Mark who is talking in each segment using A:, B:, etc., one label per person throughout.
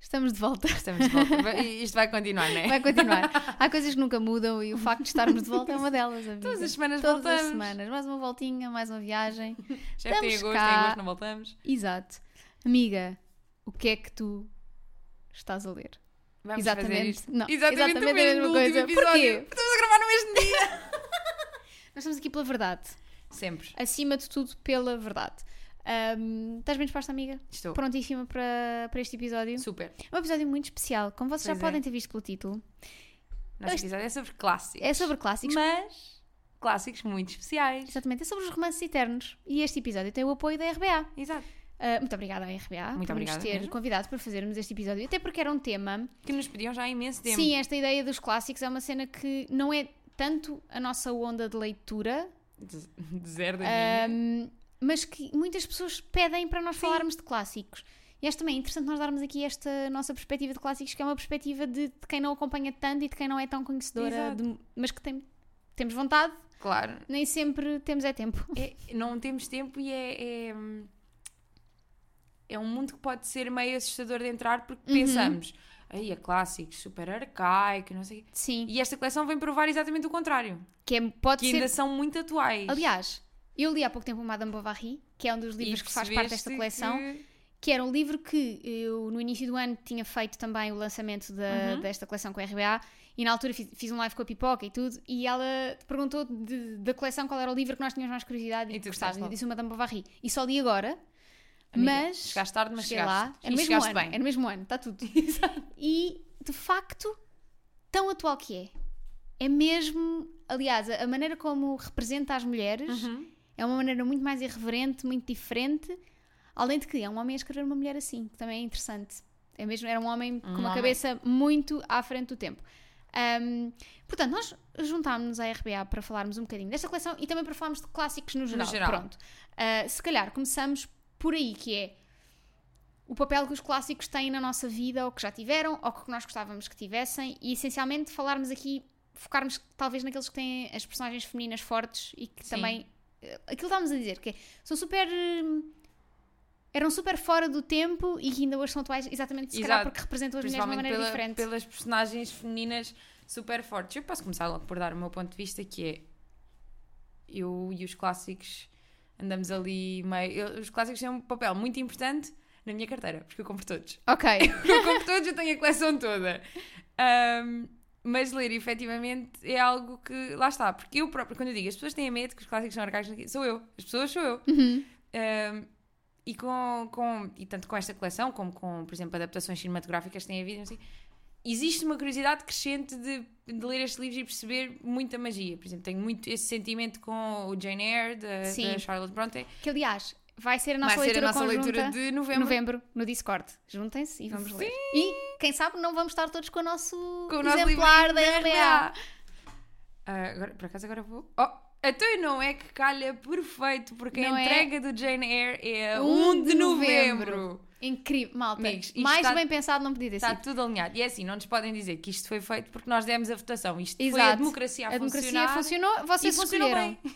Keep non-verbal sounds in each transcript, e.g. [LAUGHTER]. A: Estamos de [LAUGHS] volta.
B: Tá Estamos de volta. E Isto vai continuar, não é?
A: Vai continuar. Há coisas que nunca mudam e o facto de estarmos de volta é uma delas. Amiga.
B: Todas as semanas
A: Todas
B: voltamos.
A: as semanas. Mais uma voltinha, mais uma viagem.
B: Já que tem
A: Estamos
B: agosto,
A: cá.
B: tem agosto, não voltamos.
A: Exato. Amiga, o que é que tu estás a ler?
B: Vamos
A: Exatamente.
B: fazer isto.
A: Não,
B: Exatamente,
A: exatamente
B: o mesmo
A: a mesma
B: do último
A: coisa. Porquê?
B: episódio. Estamos a gravar no mesmo dia.
A: Nós estamos aqui pela verdade.
B: Sempre.
A: Acima de tudo, pela verdade. Ahm, estás bem disposta, amiga?
B: Estou.
A: Prontíssima para, para este episódio.
B: Super.
A: É um episódio muito especial. Como vocês
B: Pois
A: já
B: é.
A: podem ter visto pelo título,
B: Nosso
A: Este-
B: episódio é sobre clássicos.
A: é sobre clássicos.
B: Mas clássicos muito especiais.
A: Exatamente, é sobre os romances eternos. E este episódio tem o apoio da RBA.
B: Exato.
A: Ah, muito obrigada à RBA
B: Muito
A: por
B: obrigada
A: nos ter
B: mesmo.
A: convidado para fazermos este episódio. Até porque era um tema.
B: Que nos pediam já há imenso tempo.
A: Sim, esta ideia dos clássicos é uma cena que não é tanto a nossa onda de leitura,
B: De, de zero da minha.
A: ahm, mas que muitas pessoas pedem para nós falarmos de clássicos. E acho também interessante nós darmos aqui esta nossa perspectiva de clássicos, que é uma perspectiva de, de quem não acompanha tanto e de quem não é tão conhecedora,
B: Exato.
A: de- mas que tem- temos vontade,
B: Claro.
A: nem sempre temos é tempo.
B: É- não temos tempo e é, é. é um mundo que pode ser meio assustador de entrar porque
A: Uhum.
B: pensamos. Aí é clássico, super arcaico, não sei o quê.
A: Sim,
B: E esta coleção vem provar exatamente o contrário.
A: que é- pode
B: Que
A: ser
B: ainda são muito atuais.
A: Aliás, eu li há pouco tempo o Madame Bovary, que é um dos
B: E
A: livros que faz parte desta
B: percebeste
A: coleção,
B: que-
A: que era um livro que eu, no início do ano, tinha feito também o lançamento da-
B: Uhum.
A: desta coleção com a RBA, e na altura fiz, fiz um live com a Pipoca e tudo, e ela perguntou de- da coleção qual era o livro que nós tínhamos mais curiosidade
B: E
A: e,
B: tu
A: que gostávamos, e eu
B: disseste
A: disse o Madame Bovary. E só li agora,
B: Amiga,
A: mas...
B: Chegaste tarde, mas
A: Cheguei
B: chegaste.
A: lá, é no
B: E
A: mesmo
B: chegaste
A: ano,
B: bem.
A: é no mesmo ano, está
B: [LAUGHS]
A: tudo.
B: Exato.
A: E, de facto, tão atual que é. É mesmo... Aliás, a a maneira como representa as mulheres...
B: Uhum.
A: É uma maneira muito mais irreverente, muito diferente. Além de que é um homem a escrever uma mulher assim, que também é interessante. É mesmo, era um homem com
B: Um
A: uma
B: homem.
A: cabeça muito à frente do tempo. Ahm, portanto, nós juntámos-nos à RBA para falarmos um bocadinho desta coleção e também para falarmos de clássicos no geral.
B: geral.
A: Pronto. Ah, se calhar começamos por aí, que é o papel que os clássicos têm na nossa vida, ou que já tiveram, ou que nós gostávamos que tivessem, e essencialmente falarmos aqui, focarmos talvez naqueles que têm as personagens femininas fortes e que
B: Sim.
A: também. eh, Aquilo que estávamos a dizer, que é, são super. hum, eram super fora do tempo e que ainda hoje são atuais, exatamente, se calhar
B: Exato.
A: porque representam as mulheres de uma maneira
B: Principalmente pela-
A: diferente.
B: pelas personagens femininas super fortes. Eu posso começar logo por dar o meu ponto de vista, que é eu e os clássicos andamos ali meio. eu- os clássicos têm um papel muito importante na minha carteira, porque eu compro todos.
A: Ok,
B: [LAUGHS] Eu compro todos, eu tenho a coleção toda. Ahm, mas ler, efetivamente, é algo que. Lá está, porque eu própria, quando eu digo as pessoas têm medo que os clássicos são arcaicos, sou eu. As pessoas sou eu.
A: Uhum.
B: Um, e, com, com- e tanto com esta coleção como com, por exemplo, adaptações cinematográficas que têm havido, não sei, existe uma curiosidade crescente de, de ler estes livros e perceber muita magia. Por exemplo, tenho muito esse sentimento com o Jane Eyre, da,
A: Sim.
B: da Charlotte Bronte.
A: que aliás vai ser a nossa
B: Vai ser a
A: leitura
B: nossa
A: conjunta
B: leitura de novembro.
A: novembro no Discord. Juntem-se e vamos ler. E quem sabe não vamos estar todos com o nosso
B: Com o nosso
A: exemplar
B: livrinho
A: da RBA.
B: Ah, agora, por acaso agora vou. Oh, até não é que calha perfeito, porque
A: Não
B: a
A: é?
B: entrega do Jane Eyre é a
A: 1
B: 1 de
A: de novembro.
B: novembro.
A: Incrível, malta.
B: Amigos, isto
A: Mais
B: está-
A: bem pensado não podia ter
B: Está
A: sido.
B: tudo alinhado. E é assim, não nos podem dizer que isto foi feito porque nós demos a votação. Isto foi a
A: Exato.
B: democracia a,
A: A democracia
B: funcionar.
A: funcionou, vocês
B: e funcionou
A: escolheram.
B: bem.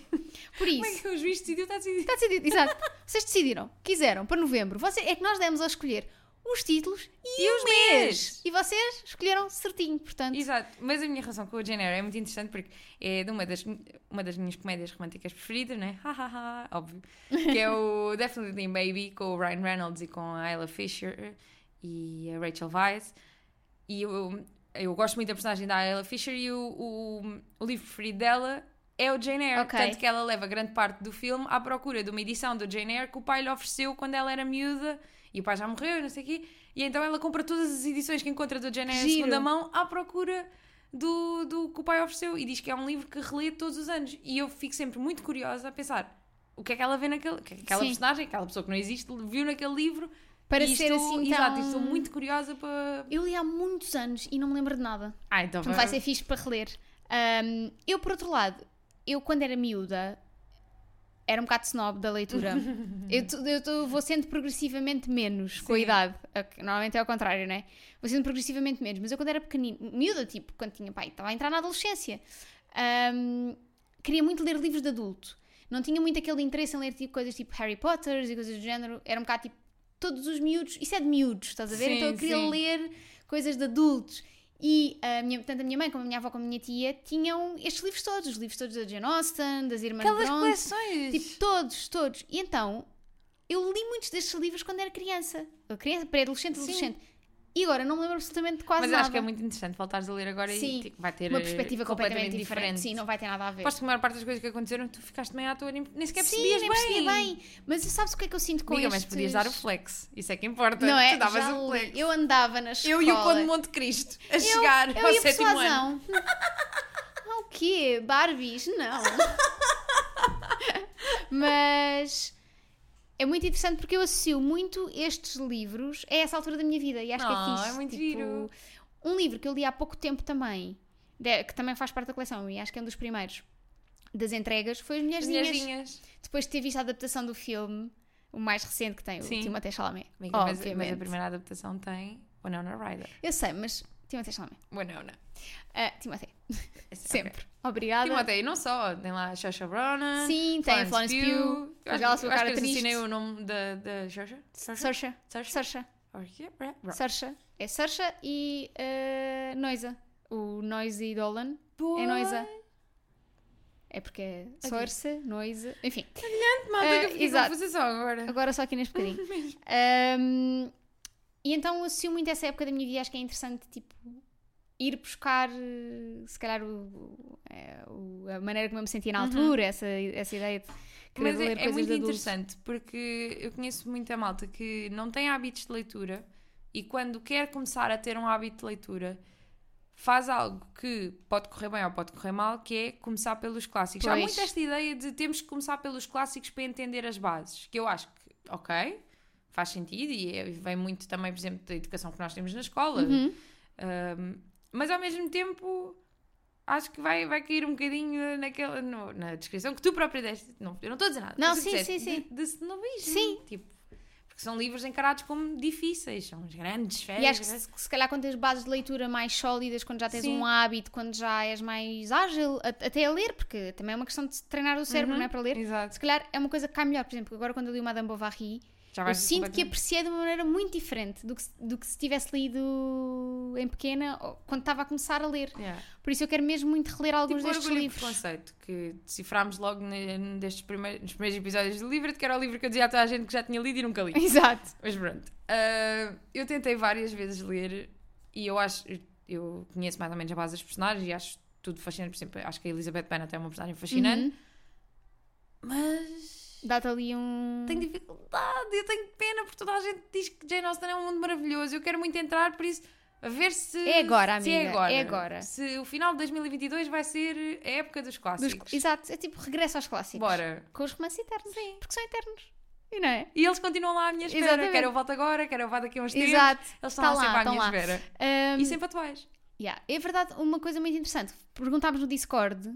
A: Por
B: Como é
A: isso.
B: que o juiz decidiu? Está assim- decidido.
A: Está decidido, exato. Vocês decidiram, quiseram, para novembro. Você- é que nós demos a escolher os títulos e,
B: E
A: o
B: os mês.
A: mês. E vocês escolheram certinho, portanto.
B: Exato, mas a minha relação com o Jane Eyre é muito interessante porque é de uma das, uma das minhas comédias românticas preferidas, né? Ha, ha, ha, óbvio. Que é o Definitely Maybe com o Ryan Reynolds e com a Isla Fisher e a Rachel Weisz. E eu, eu gosto muito da personagem da Isla Fisher e o, o, o livro preferido dela é o Jane Eyre.
A: Ok.
B: Tanto que ela leva grande parte do filme à procura de uma edição do Jane Eyre que o pai lhe ofereceu quando ela era miúda e o pai já morreu e não sei o quê. E então ela compra todas as edições que encontra do Jane Eyre em
A: Giro.
B: segunda mão à procura do, do que o pai ofereceu e diz que é um livro que relê todos os anos. E eu fico sempre muito curiosa a pensar o que é que ela vê naquele. O que é que aquela
A: Sim.
B: personagem, aquela pessoa que não existe, viu naquele livro.
A: Para
B: e
A: ser
B: estou,
A: assim tão-
B: Exato, e estou muito curiosa para.
A: Eu li há muitos anos e não me lembro de nada.
B: Ah, então
A: Portanto, vai ser fixe para reler. Ahm, eu, por outro lado, eu quando era miúda era um bocado snob da
B: [LAUGHS]
A: leitura. eu, tu- eu tu- vou sendo progressivamente menos com a
B: Sim.
A: idade. A- Normalmente é ao contrário, não é? Vou sendo progressivamente menos. Mas eu quando era pequenina, miúda, tipo, quando tinha pai, estava a entrar na adolescência, ahm, queria muito ler livros de adulto. Não tinha muito aquele interesse em ler tipo, coisas tipo Harry Potter e coisas do género. Era um bocado tipo todos os miúdos, isso é de miúdos, estás a ver?
B: Sim,
A: então eu queria
B: sim.
A: ler coisas de adultos. E a minha, tanto a minha mãe como a minha avó como a minha tia tinham estes livros todos, os livros todos da Jane Austen, das Irmãs
B: Aquelas
A: Bronte,
B: coleções.
A: Tipo, todos, todos. E então, eu li muitos destes livros quando era criança. Eu criança, pré-adolescente,
B: Sim.
A: adolescente. E agora não me lembro absolutamente de quase
B: Mas
A: nada.
B: acho que é muito interessante voltares a ler agora
A: Sim.
B: e tipo, vai ter
A: Uma
B: eh,
A: perspectiva completamente, diferente. Sim, não vai ter nada a ver.
B: Aposto que a maior parte das coisas que aconteceram tu ficaste meio à toa, nem, nem sequer
A: Sim,
B: é percebias
A: nem
B: bem.
A: percebia bem. Mas sabes o que é que eu sinto com
B: Amiga,
A: estes...
B: mas podias dar o flex. Isso é que importa.
A: Não é?
B: Tu davas
A: Já
B: o
A: li.
B: flex.
A: Eu andava na escola.
B: Eu e o Conde de Monte Cristo a
A: Eu-
B: chegar
A: eu,
B: ao
A: e a
B: sétimo ano. [LAUGHS]
A: persuasão. Ah, o quê? Barbies? Não. Mas é muito interessante porque eu associo muito estes livros a essa altura da minha vida e acho que
B: Ah,
A: é fixe.
B: é muito
A: Tipo,
B: giro.
A: Um livro que eu li há pouco tempo também, de- que também faz parte da coleção e acho que é um dos primeiros das entregas, foi As
B: As
A: Mulherzinhas.
B: linhas.
A: Depois de ter visto a adaptação do filme, o mais recente que tem, o
B: Sim.
A: Timothée Chalamet.
B: Amiga, mas, mas
A: obviamente.
B: a primeira adaptação tem Winona Ryder.
A: Eu sei, mas Timothée Chalamet.
B: Winona.
A: Ah, Timothée,
B: É
A: sempre.
B: ok.
A: Obrigada.
B: Timotei, e não só. Tem lá a Shosha Brona.
A: Sim, tem a Florence Pugh.
B: Eu acho,
A: Aquela
B: eu
A: sua
B: acho
A: cara
B: que eu
A: triste.
B: assinei o nome da, da Shosha.
A: Saoirse.
B: Saoirse?
A: Saoirse. Saoirse. É Saoirse e eh, Noiza. O Noise e Dolan é Noiza. É porque é Saoirse, Noiza,
B: [LAUGHS]
A: enfim.
B: Tá. Malta,
A: Eh,
B: que eu fiquei
A: exato.
B: confusa só agora.
A: Agora só aqui neste
B: [LAUGHS]
A: bocadinho. Ahm, e então eu associo muito essa época da minha vida, acho que é interessante, tipo, ir buscar, eh, se calhar, o- o- eh, o- a maneira como eu me sentia na altura, essa, essa ideia de querer
B: Uhum. Mas
A: ler
B: é, é
A: coisas
B: muito
A: de adulto.
B: interessante porque eu conheço muita malta que não tem hábitos de leitura e quando quer começar a ter um hábito de leitura faz algo que pode correr bem ou pode correr mal, que é começar pelos clássicos. Há
A: Pois.
B: muito esta ideia de temos que começar pelos clássicos para entender as bases, que eu acho que, ok, faz sentido e é- vem muito também, por exemplo, da educação que nós temos na escola.
A: Uhum.
B: Um, mas ao mesmo tempo acho que vai, vai cair um bocadinho naquela, no- na descrição que tu própria deste. Não, eu não estou a dizer nada.
A: Não,
B: mas tu
A: sim,
B: disseste
A: sim, sim.
B: De, de snobismo.
A: Sim.
B: Tipo, porque são livros encarados como difíceis, são uns grandes férias. é
A: E acho que se, se calhar quando tens bases de leitura mais sólidas, quando já tens
B: Sim.
A: um hábito, quando já és mais ágil, a- até a ler, porque também é uma questão de se treinar o cérebro, não é para ler.
B: Uhum. assim. Exato.
A: Se calhar é uma coisa que cai melhor. Por exemplo, agora quando eu li o Madame Bovary,
B: Já
A: eu
B: vais
A: sinto que
B: Ah, completamente-
A: apreciei de uma maneira muito diferente do que, se- do que se tivesse lido em pequena, ou quando estava a começar a ler.
B: Yeah.
A: Por isso eu quero mesmo muito reler alguns
B: Tipo,
A: destes
B: orgulho e
A: livros.
B: preconceito, que decifrámos logo ne- nestes primeiros, nos primeiros episódios do livro, que era o livro que eu dizia a toda a gente que já tinha lido e nunca li.
A: [LAUGHS] Exato.
B: Mas pronto. Ah, eu tentei várias vezes ler e eu acho. Eu conheço mais ou menos a base dos personagens e acho tudo fascinante. Por exemplo, acho que a Elizabeth Bennet é uma personagem fascinante,
A: Uhum.
B: mas.
A: Dá-te ali um.
B: Tenho dificuldade, eu tenho pena porque toda a gente diz que Jane Austen é um mundo maravilhoso. Eu quero muito entrar, por isso, a ver se.
A: É agora,
B: se
A: amiga, é agora.
B: Se o final de 2022 vai ser a época dos
A: dos-
B: clássicos.
A: Exato. É tipo regresso aos clássicos.
B: Bora.
A: Com os romances eternos. Sim. Porque são eternos. E não é?
B: E eles continuam lá à minha espera.
A: Exatamente.
B: Quero eu volto agora, quero eu vá daqui a uns tempos.
A: Exato.
B: Eles
A: Tá
B: estão lá,
A: lá,
B: sempre à
A: tão
B: minha
A: lá. Hum.
B: espera.
A: Ahm,
B: E sempre atuais.
A: Yeah. É verdade, uma coisa muito interessante. Perguntámos no Discord,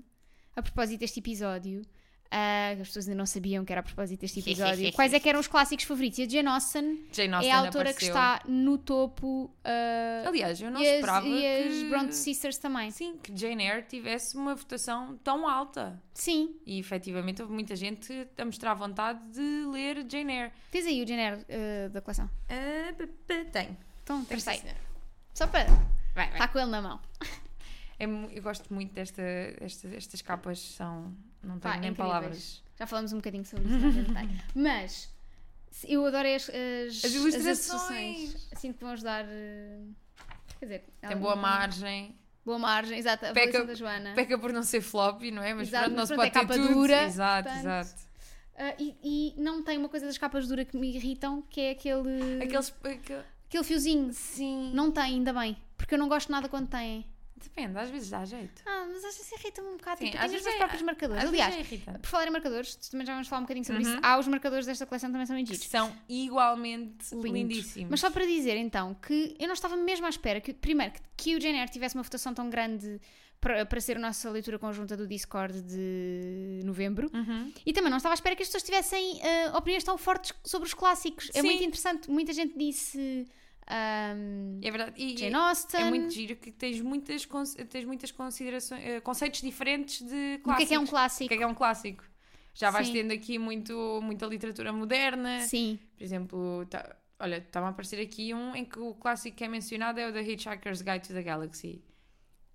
A: a propósito deste episódio, ah, as pessoas ainda não sabiam que era a propósito deste
B: [LAUGHS]
A: episódio, quais é que eram os clássicos favoritos. E a Jane Austen
B: Jane Austen
A: é a autora
B: apareceu.
A: que está no topo. ah,
B: Aliás, eu não
A: e as,
B: esperava
A: e as
B: que...
A: Bronte Sisters também.
B: Sim, que Jane Eyre tivesse uma votação tão alta.
A: Sim.
B: E efetivamente houve muita gente a mostrar vontade de ler Jane Eyre.
A: Tens aí o género da coleção. Ah,
B: tem.
A: Então,
B: Tem
A: traz aí.
B: sim, senhora.
A: Só para
B: Vai, vai.
A: estar com ele na mão.
B: É mu- eu gosto muito desta, esta- estas capas, são. Não
A: Pá,
B: tenho nem
A: incríveis.
B: palavras.
A: Já falamos um bocadinho sobre isso, mas detalhe. [LAUGHS] Mas se- eu adoro as, as,
B: As ilustrações.
A: ilustrações. Sinto que vão ajudar. eh, Quer dizer,
B: Tem
A: algum-
B: boa margem.
A: Boa margem, exato. A
B: Peca-
A: avaliação da Joana.
B: Peca por não ser floppy, não é? Mas
A: Exato,
B: pronto, não
A: mas
B: se
A: pronto,
B: pode
A: é
B: ter
A: capa
B: tudo.
A: dura,
B: exato,
A: portanto.
B: exato.
A: Ah, e, e não tem uma coisa das capas duras que me irritam, que é aquele, aquele...
B: Aqueles. aquele-
A: fiozinho.
B: Sim.
A: Não tem, ainda bem. Porque eu não gosto nada quando têm.
B: Depende, às vezes dá jeito.
A: Ah, mas às vezes irrita-me um bocado.
B: Sim,
A: tipo,
B: às
A: tenho os
B: vezes
A: meus
B: é-
A: próprios marcadores.
B: Às
A: Aliás,
B: vezes é irritante.
A: por falar em marcadores, também já vamos falar um bocadinho sobre
B: Uhum.
A: isso. Ah, os marcadores desta coleção também são muito giros.
B: que são igualmente
A: Lindos.
B: lindíssimos.
A: Mas só para dizer então que eu não estava mesmo à espera que, primeiro, que, que o Jane Eyre tivesse uma votação tão grande para, para ser a nossa leitura conjunta do Discord de novembro
B: Uhum.
A: e também não estava à espera que as pessoas tivessem ah, opiniões tão fortes sobre os clássicos. É
B: Sim.
A: muito interessante, muita gente disse ahm,
B: É verdade. E,
A: Jane Austen,
B: é muito giro que tens muitas, con- tens muitas considerações, eh, conceitos diferentes de
A: o que é
B: clássicos.
A: que é um
B: O
A: clássico?
B: que é que é um clássico? Já vais
A: Sim.
B: tendo aqui muito, muita literatura moderna.
A: Sim,
B: Por exemplo, tá- Olha, está-me a aparecer aqui um em que o clássico que é mencionado é o The Hitchhiker's Guide to the Galaxy.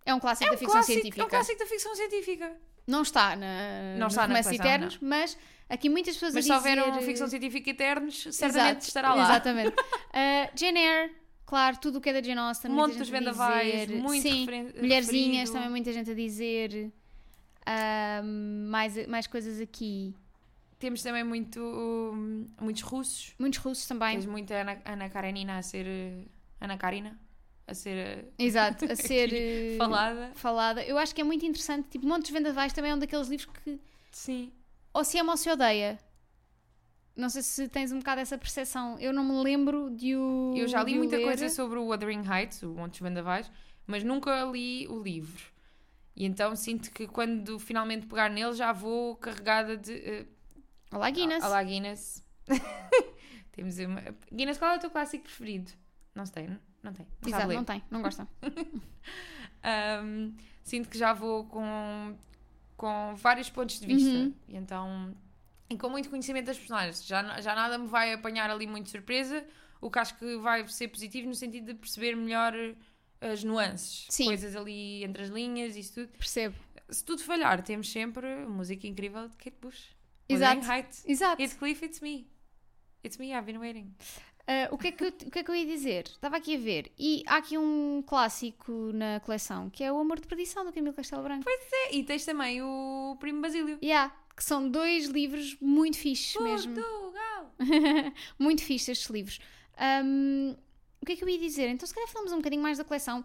A: É um clássico da ficção
B: clássico,
A: científica.
B: É um clássico da ficção científica.
A: Não está na,
B: Não está na
A: Romances
B: coleção,
A: Eternos, mas aqui muitas pessoas
B: Mas se
A: a
B: houver
A: dizer... eh,
B: um ficção científica eternos, certamente estará lá. [LAUGHS]
A: Exatamente. Uh, Jane Eyre, claro, tudo o que é da Jane Austen.
B: Um
A: muita
B: monte dos
A: gente a
B: vendavais,
A: dizer.
B: muito
A: Sim,
B: referen-
A: Mulherzinhas,
B: referido.
A: também muita gente a dizer. Ahm, mais, mais coisas aqui.
B: Temos também muito, hum, muitos russos.
A: Muitos russos também.
B: Tens muita Ana, Ana Karenina a ser. eh, Ana Karina a ser eh,
A: [LAUGHS] Exato,
B: [LAUGHS]
A: a ser eh,
B: falada.
A: falada. Eu acho que é muito interessante. Tipo, Montes Vendavais também é um daqueles livros que
B: Sim.
A: ou se ama ou se odeia. Não sei se tens um bocado essa percepção. Eu não me lembro de o.
B: Eu já li
A: de o
B: muita
A: ler.
B: coisa sobre o Wuthering Heights, o Montes Vendavais, mas nunca li o livro. E então sinto que quando finalmente pegar nele já vou carregada de. eh,
A: Olá, Guinness.
B: Ah, Olá, Guinness. [LAUGHS] Temos uma. Guinness, qual é o teu clássico preferido? Não se tem, não, não tem. Não
A: Exato,
B: sabe ler.
A: não tem, não gostam.
B: Ahm, sinto que já vou com, com vários pontos de vista.
A: Uhum.
B: E então. E com muito conhecimento das personagens. Já, na- já nada me vai apanhar ali muito de surpresa. O que acho que vai ser positivo no sentido de perceber melhor eh, as nuances,
A: Sim.
B: coisas ali entre as linhas, isso tudo.
A: Percebo.
B: Se tudo falhar, temos sempre música incrível de Kate Bush.
A: Exato.
B: Wuthering Heights.
A: Exato.
B: It's Cliff, it's me. It's me, I've been waiting.
A: Ah, o, que é que eu, o que é que eu ia dizer? Estava aqui a ver. E há aqui um clássico na coleção que é O Amor de Perdição do Camilo Castelo Branco. Pois.
B: É, E tens também o Primo Basílio.
A: Yeah, que são dois livros muito fixes mesmo.
B: Portugal!
A: [LAUGHS] Muito fixe estes livros. Hum, o que é que eu ia dizer? Então, se calhar falamos um bocadinho mais da coleção,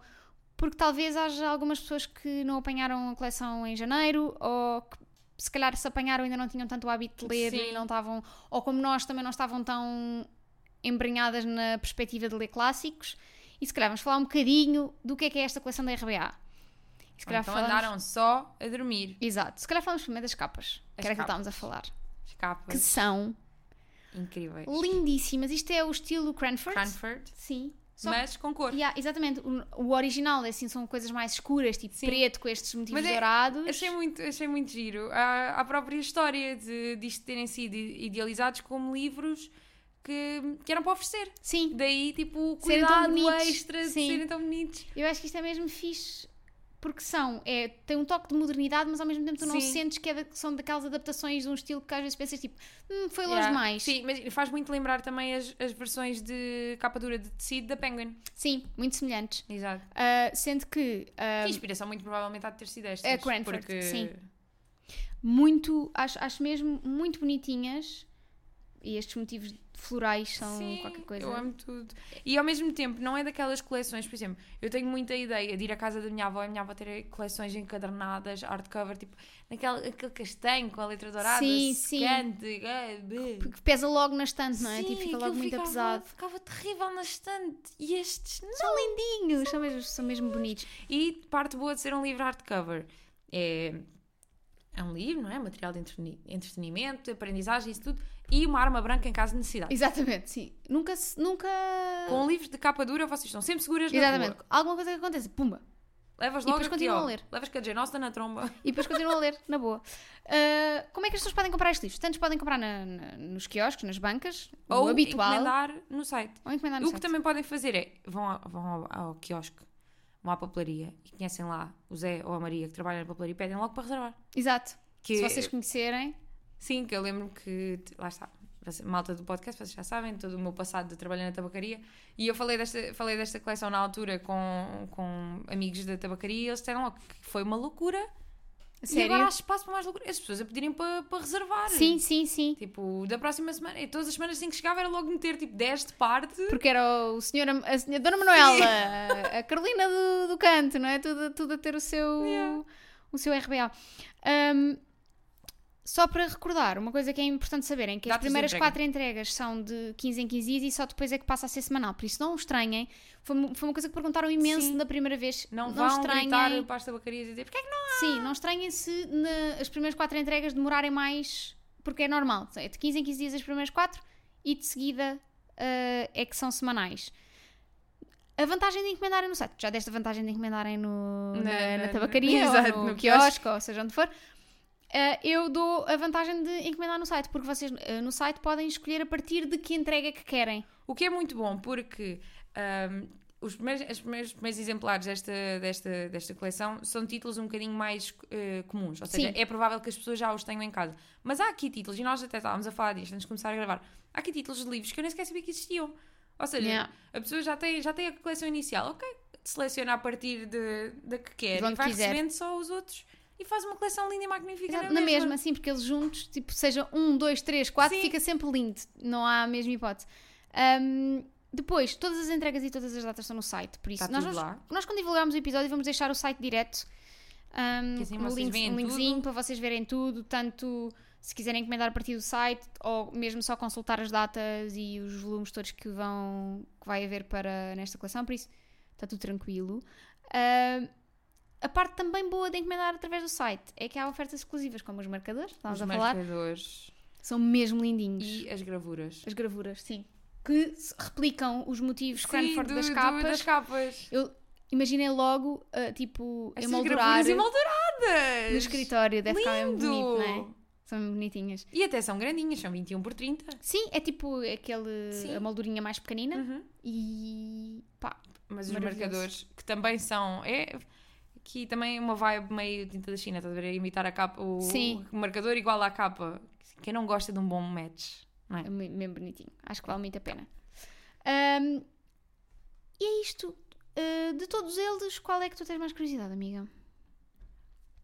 A: porque talvez haja algumas pessoas que não apanharam a coleção em janeiro ou que se calhar se apanharam ainda não tinham tanto o hábito de ler
B: Sim.
A: e não estavam, ou como nós também não estavam tão embrenhadas na perspectiva de ler clássicos. E se calhar vamos falar um bocadinho do que é que é esta coleção da RBA. E se
B: Então
A: calhar falamos-
B: andaram só a dormir.
A: Exato. Se calhar falamos primeiro das capas,
B: As
A: que era que
B: capas.
A: estávamos a falar.
B: As
A: Que
B: capas
A: são
B: incríveis.
A: lindíssimas. Isto é o estilo Cranford.
B: Cranford,
A: Sim. Só
B: mas com cor.
A: Yeah, exatamente. O, o original, assim, são coisas mais escuras, tipo
B: Sim.
A: preto com estes motivos
B: Mas é-
A: dourados.
B: Achei muito, achei muito giro. Há, há a própria história de, disto terem sido i- idealizados como livros que, que eram para oferecer.
A: Sim,
B: Daí, tipo, o
A: Serem tão
B: cuidado
A: bonitos,
B: extra de
A: sim.
B: serem tão bonitos.
A: eu acho que isto é mesmo fixe. Porque são, é, tem um toque de modernidade, mas ao mesmo tempo tu não
B: Sim.
A: sentes que é da- que são daquelas adaptações de um estilo que às vezes pensas tipo, hum, foi longe
B: Yeah.
A: demais.
B: Sim, mas faz muito lembrar também as, as versões de capa dura de tecido da Penguin.
A: Sim, muito semelhantes.
B: Exato.
A: Ah, sendo que ah,
B: Que inspiração muito provavelmente há de ter sido estas.
A: É Cranford,
B: porque...
A: sim. muito, acho, acho mesmo muito bonitinhas e estes motivos florais são
B: Sim,
A: qualquer coisa.
B: eu amo tudo. E ao mesmo tempo, não é daquelas coleções, por exemplo, eu tenho muita ideia de ir à casa da minha avó e a minha avó ter coleções encadernadas, hardcover, tipo, naquele aquele castanho com a letra dourada,
A: Sim, sim.
B: secante, é, bê.
A: Porque pesa logo na estante, não é? tipo, fica
B: aquilo
A: logo muito
B: ficava-
A: pesado.
B: Ficava terrível na estante. E estes, não. é?
A: São lindinhos, são mesmo, são mesmo bonitos.
B: E parte boa de ser um livro hardcover é, é um livro, não é? Material de entreni- entretenimento, aprendizagem, isso tudo. E uma arma branca em caso de necessidade.
A: Exatamente, sim. Nunca. se- nunca...
B: Com livros de capa dura, vocês estão sempre seguras na rua.
A: Exatamente. Alguma coisa que acontece, pumba.
B: Levas
A: E
B: logo
A: depois
B: a
A: continuam a
B: Kyo.
A: ler.
B: Levas com a Jane Austen na tromba.
A: E depois continuam a ler, [LAUGHS] na boa. Ah, como é que as pessoas podem comprar estes livros? Tantos podem comprar na- na- nos quiosques, nas bancas, o
B: Ou
A: habitual.
B: encomendar no site.
A: Ou encomendar no
B: o que
A: site.
B: também podem fazer é, vão, a- vão ao, ao quiosque, vão à papelaria e conhecem lá o Zé ou a Maria que trabalham na papelaria e pedem logo para reservar.
A: Exato.
B: Que,
A: Se vocês conhecerem,
B: Sim, que eu lembro que, lá está, vocês- malta do podcast, vocês já sabem, todo o meu passado de trabalhar na tabacaria. E eu falei desta, falei desta coleção na altura com, com amigos da tabacaria e eles disseram logo que foi uma loucura.
A: a
B: E
A: sério.
B: agora há espaço para mais loucura. As pessoas a pedirem para, para reservar.
A: Sim, sim, sim.
B: Tipo, da próxima semana, e todas as semanas assim que chegava era logo meter tipo 10 de parte.
A: Porque era o senhor, a senhora Dona Manuela, a- a Carolina do, do canto, não é? Tudo, tudo a ter o seu,
B: Yeah.
A: o seu RBA. Ahm, só para recordar, uma coisa que é importante saberem, que as
B: Datas de
A: primeiras
B: entrega.
A: quatro entregas são de 15 em 15 dias e só depois é que passa a ser semanal, por isso não o estranhem. Foi, uma- foi uma coisa que perguntaram imenso
B: Sim.
A: da primeira vez.
B: Não,
A: não
B: vão
A: estranhem.
B: gritar para as tabacarias e dizer porque é que não
A: Sim, não estranhem se na- as primeiras quatro entregas demorarem mais, porque é normal. É de 15 em 15 dias as primeiras quatro e de seguida ah, é que são semanais. A vantagem de encomendarem no site, já desta vantagem de encomendarem no, na,
B: Na-
A: na
B: na-
A: [LAUGHS] tabacaria,
B: exato,
A: ou no,
B: no
A: quiosque, ou seja onde for, eh, eu dou a vantagem de encomendar no site, porque vocês eh, no site podem escolher a partir de que entrega que querem.
B: O que é muito bom, porque ahm, os, primeiros, os primeiros- os primeiros exemplares desta, desta, desta coleção são títulos um bocadinho mais eh, comuns. Ou seja,
A: Sim.
B: é provável que as pessoas já os tenham em casa. Mas há aqui títulos, e nós até estávamos a falar disto antes de começar a gravar, há aqui títulos de livros que eu nem sequer sabia que existiam. Ou seja,
A: Yeah.
B: a pessoa já tem, já tem a coleção inicial, ok, seleciona a partir de- da que quer
A: De onde
B: e vai
A: quiser.
B: recebendo só os outros e faz uma coleção linda e magnífica
A: Exato, na mesma, assim, porque eles juntos, tipo, seja um, dois, três, quatro,
B: Sim.
A: fica sempre lindo. Não há a mesma hipótese. Ahm, depois, todas as entregas e todas as datas estão no site, por isso.
B: Está
A: nós,
B: Tá tudo
A: vamos-
B: lá.
A: nós, quando divulgarmos o episódio, vamos deixar o site direto. ahm,
B: Que assim
A: com um,
B: vocês
A: link-
B: veem
A: um linkzinho
B: tudo.
A: para vocês verem tudo, tanto se quiserem encomendar a partir do site ou mesmo só consultar as datas e os volumes todos que vão que vai haver para nesta coleção, por isso está tudo tranquilo. Ahm, a parte também boa de encomendar através do site é que há ofertas exclusivas, como os marcadores, que estávamos
B: Os
A: a falar,
B: marcadores
A: são mesmo lindinhos.
B: e as gravuras.
A: As gravuras, sim. Que se replicam os motivos
B: Sim,
A: Cranford
B: do-
A: das
B: do-
A: capas.
B: das capas.
A: Eu imaginei logo, ah, tipo,
B: Estas
A: emoldurar
B: gravuras
A: no
B: emolduradas!
A: escritório, deve ficar mesmo
B: Lindo!
A: bonito, não é? São mesmo bonitinhas.
B: E até são grandinhas, são 21 por 30.
A: Sim, é tipo aquele,
B: Sim.
A: a moldurinha mais pequenina
B: Uhum.
A: e pá,
B: Mas os
A: Né? Maravilhoso.
B: marcadores, que também são. É, aqui também é uma vibe meio tinta da China, estás a ver? É imitar a capa, o,
A: Sim.
B: o marcador igual à capa. Quem não gosta de um bom match? Não é?
A: É me- mesmo bonitinho. Acho que vale muito a pena. Ahm, e é isto. Ah, de todos eles, qual é que tu tens mais curiosidade, amiga?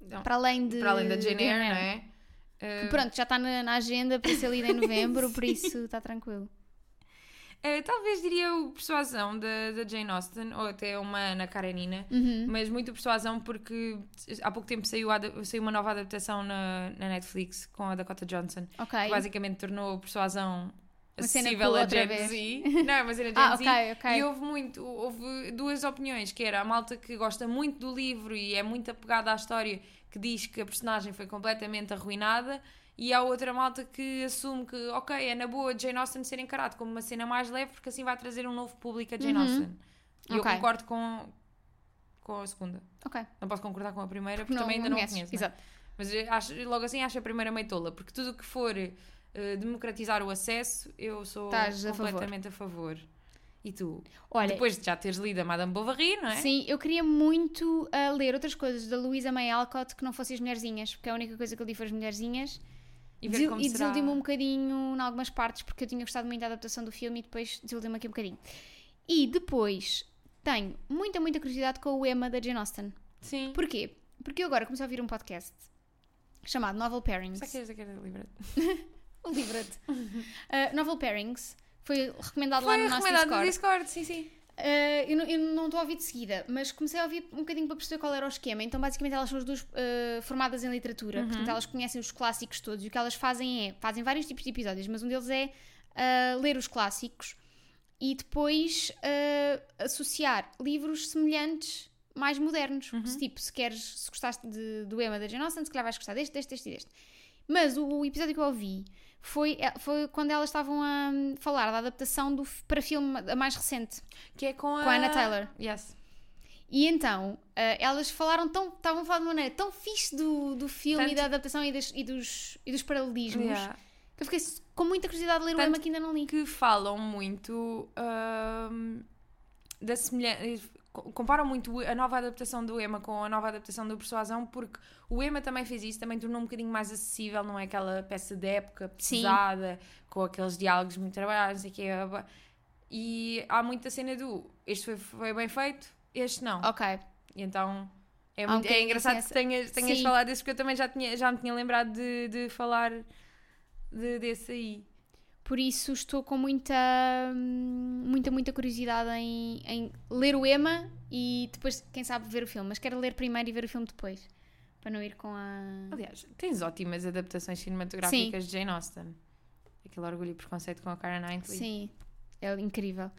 B: Não.
A: Para além de.
B: Para além da Jane Eyre, não
A: Jane Eyre.
B: é?
A: Que pronto, já está na, na agenda para ser lida é em novembro, por isso está tranquilo.
B: Eh, talvez diria o Persuasão da, da Jane Austen, ou até uma Ana Karenina,
A: Uhum.
B: mas muito Persuasão porque há pouco tempo saiu, a ada- saiu uma nova adaptação na, na Netflix com a Dakota Johnson,
A: Ok.
B: que [LAUGHS] basicamente tornou Persuasão
A: Uma cena
B: acessível
A: cool
B: a
A: outra
B: Gen
A: vez.
B: Z. Não, é uma cena Gen
A: [LAUGHS] Ah,
B: Z.
A: ok, ok.
B: E houve muito, houve duas opiniões, que era a malta que gosta muito do livro e é muito apegada à história, que diz que a personagem foi completamente arruinada, e há outra malta que assume que, ok, é na boa Jane Austen ser encarado como uma cena mais leve, porque assim vai trazer um novo público a Jane
A: Uhum.
B: Austen. E eu
A: Ok.
B: concordo com, com a segunda.
A: Ok.
B: Não posso concordar com a primeira, porque, também ainda não a conheço. não é?
A: Exato.
B: Mas eu acho, logo assim acho a primeira meio tola, porque tudo o que for eh, democratizar o acesso, eu sou
A: Estás a
B: completamente a favor. E tu?
A: Olha,
B: Depois de já teres lido a Madame Bovary, não é?
A: sim, eu queria muito ah, ler outras coisas da Luísa May Alcott que não fossem as Mulherzinhas, porque é a única coisa que eu li foi as Mulherzinhas.
B: E ver
A: Desil-
B: como
A: e
B: será.
A: desiludi-me um bocadinho em algumas partes, porque eu tinha gostado muito da adaptação do filme e depois desiludi-me aqui um bocadinho. E depois tenho muita, muita curiosidade com o Emma da Jane Austen.
B: Sim.
A: Porquê? Porque eu agora comecei a ouvir um podcast chamado Novel Pairings.
B: Será que eres daquela livra?
A: [LAUGHS]
B: é
A: Livra-te. Uh, Novel Pairings. Foi recomendado lá
B: Foi
A: no nosso
B: recomendado no
A: Discord.
B: Discord, sim, sim.
A: Uh, eu, não, eu não estou a ouvir de seguida, mas comecei a ouvir um bocadinho para perceber qual era o esquema. Então, basicamente, elas são as duas uh, formadas em literatura, portanto, elas conhecem os clássicos todos. E o que elas fazem é. fazem vários tipos de episódios, mas um deles é uh, ler os clássicos e depois uh, associar livros semelhantes mais modernos. Se, tipo, se queres, se gostaste de, do Emma da Jane Austen, se calhar vais gostar deste, deste, deste e deste. Mas o, o episódio que eu ouvi foi, eh, foi quando elas estavam a hum, falar da adaptação do, f- para filme a mais recente.
B: Que é com a...
A: Com a Anna Taylor.
B: Yes.
A: E então, ah, elas falaram tão, estavam a falar de uma maneira tão fixe do, do filme
B: Tanto-
A: e da adaptação e, das- e dos, e dos paralelismos
B: Yeah.
A: que eu fiquei com muita curiosidade de ler
B: Tanto
A: o Emma que ainda não li.
B: Que falam muito ahm, da semelhança... Comparam muito a nova adaptação do Emma com a nova adaptação do Persuasão, porque o Emma também fez isso, também tornou um bocadinho mais acessível, não é aquela peça de época
A: Sim.
B: pesada, com aqueles diálogos muito trabalhados, não sei o quê. blá, blá. E há muita cena do este foi, foi bem feito, este não.
A: Ok,
B: E então é,
A: Há um
B: muito, é
A: bocadinho
B: engraçado
A: dessa-
B: que tenhas, tenhas
A: Sim.
B: falado desse, porque eu também já, tinha, já me tinha lembrado de, de falar de, desse aí.
A: por isso estou com muita, hum, muita, muita curiosidade em, em ler o Emma e depois, quem sabe, ver o filme. Mas quero ler primeiro e ver o filme depois, para não ir com a...
B: Aliás, tens ótimas adaptações cinematográficas de Jane Austen. Aquele orgulho e preconceito com a Karen Knightley.
A: Sim, é incrível.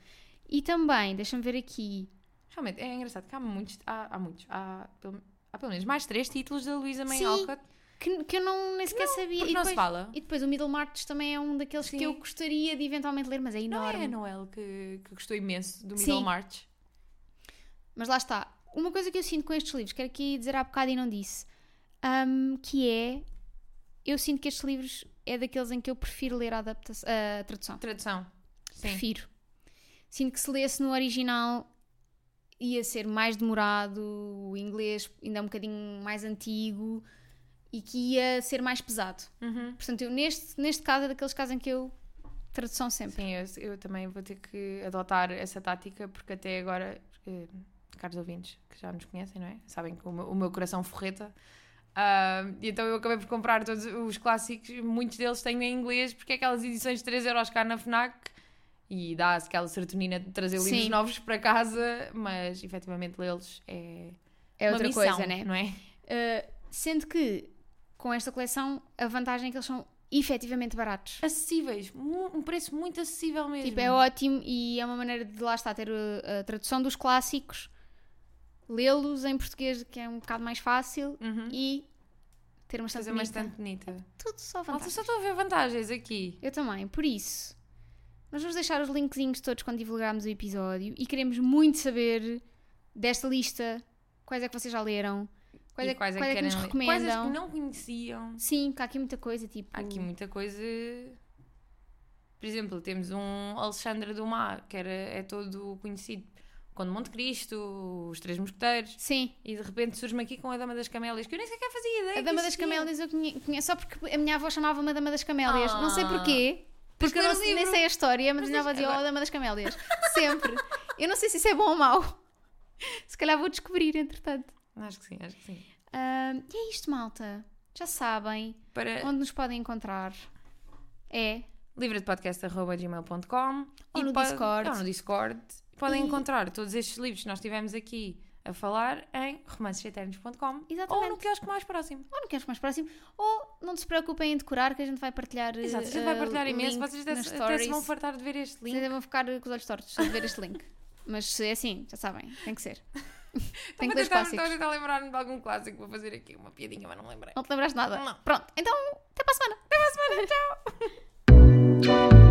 A: E também, deixa-me ver aqui...
B: Realmente, é engraçado que há muitos, há, há muitos, há pelo, há pelo menos mais três títulos da Luísa May
A: Sim,
B: Alcott,
A: Que, que eu não, nem sequer sabia.
B: porque
A: e
B: não
A: depois-
B: se fala.
A: E depois o Middlemarch também é um daqueles
B: Sim.
A: que eu gostaria de eventualmente ler, mas é
B: Não é
A: enorme.
B: a Noel que, que gostou imenso do
A: Sim.
B: Middlemarch?
A: Mas lá está. Uma coisa um, que eu sinto com estes livros, quero aqui dizer há bocado e não disse, hum, que é eu sinto que estes livros é daqueles em que eu prefiro ler a, adaptação, a tradução.
B: Tradução. Sim.
A: Prefiro. Sinto que se lesse no original ia ser mais demorado, o inglês ainda é um bocadinho mais antigo e que ia ser mais pesado.
B: Uhum.
A: Portanto, eu neste, neste caso é daqueles casos em que eu tradução sempre.
B: Sim, eu, eu também vou ter que adotar essa tática, porque até agora, eh, caros ouvintes que já nos conhecem, não é? Sabem que o meu, o meu coração forreta. Ah, e então eu acabei por comprar todos os clássicos, muitos deles tenho em inglês, porque é aquelas edições de 3 euros cá na Fnac e dá-se aquela serotonina de trazer livros
A: Sim.
B: novos para casa, mas efetivamente lê-los é,
A: É
B: uma
A: outra
B: missão,
A: coisa, né?
B: não é?
A: Uh, sendo que com esta coleção a vantagem é que eles são efetivamente baratos.
B: Acessíveis, mu- um preço muito acessível É mesmo.
A: Tipo, é ótimo e é uma maneira de lá está ter uh, a tradução dos clássicos, lê-los em português, que é um bocado mais fácil,
B: Uhum.
A: e ter uma estante
B: Fazer uma estante bonita.
A: Tudo só
B: Malta,
A: vantagens.
B: só estou a ver vantagens aqui.
A: Eu também, por isso. Nós vamos deixar os linkzinhos todos quando divulgarmos o episódio e queremos muito saber desta lista quais é que vocês já leram, quais,
B: E
A: é, quais é que, nos
B: querem ler?
A: recomendam.
B: Coisas que não conheciam.
A: Sim, que há aqui muita coisa, tipo.
B: Há aqui muita coisa. Por exemplo, temos um Alexandre Dumas, que era, é todo conhecido. Quando Monte Cristo, os Três Mosqueteiros,
A: Sim.
B: e de repente surge-me aqui com a Dama das Camélias, que eu nem sequer fazia ideia.
A: A Dama
B: É que
A: das
B: existia.
A: Camélias eu conhe- conheço só porque a minha avó chamava-me a Dama das Camélias.
B: Ah.
A: não sei porquê. Porque eu
B: ler
A: não
B: o
A: sei, nem
B: livro.
A: sei a história, mas,
B: Mas
A: a minha avó
B: tens-
A: dizia, oh, a
B: agora-
A: Dama das Camélias. [LAUGHS] Sempre. Eu não sei se isso é bom ou mau. [LAUGHS] Se calhar vou descobrir, entretanto.
B: Acho que sim, acho que sim.
A: Ah, e é isto, malta. Já sabem
B: Para
A: onde nos podem encontrar. É.
B: livredepodcast.gmail.com
A: Ou
B: e
A: no Discord.
B: Ou no Discord. Podem
A: E-
B: encontrar todos estes livros que nós tivemos aqui a falar em romanceseternos.com ou no
A: Exatamente.
B: quiosque mais próximo.
A: Ou não queres mais próximo. Ou não se preocupem em decorar, que a gente vai partilhar.
B: Exato, a gente vai
A: ah,
B: partilhar
A: o
B: imenso.
A: link
B: Vocês até,
A: nas
B: se- até se
A: stories.
B: vão fartar de ver este
A: Vocês
B: link.
A: ainda vão ficar com os olhos tortos a ver este [LAUGHS] link. Mas se é assim, já sabem, tem que ser. [LAUGHS] tem que ler os
B: tentar, estou a
A: clássicos.
B: tentar lembrar-me de algum clássico. Vou fazer aqui uma piadinha, mas não lembrei.
A: Não te lembraste nada?
B: Não.
A: [LAUGHS] Pronto, então até para a semana.
B: Até para a semana, tchau!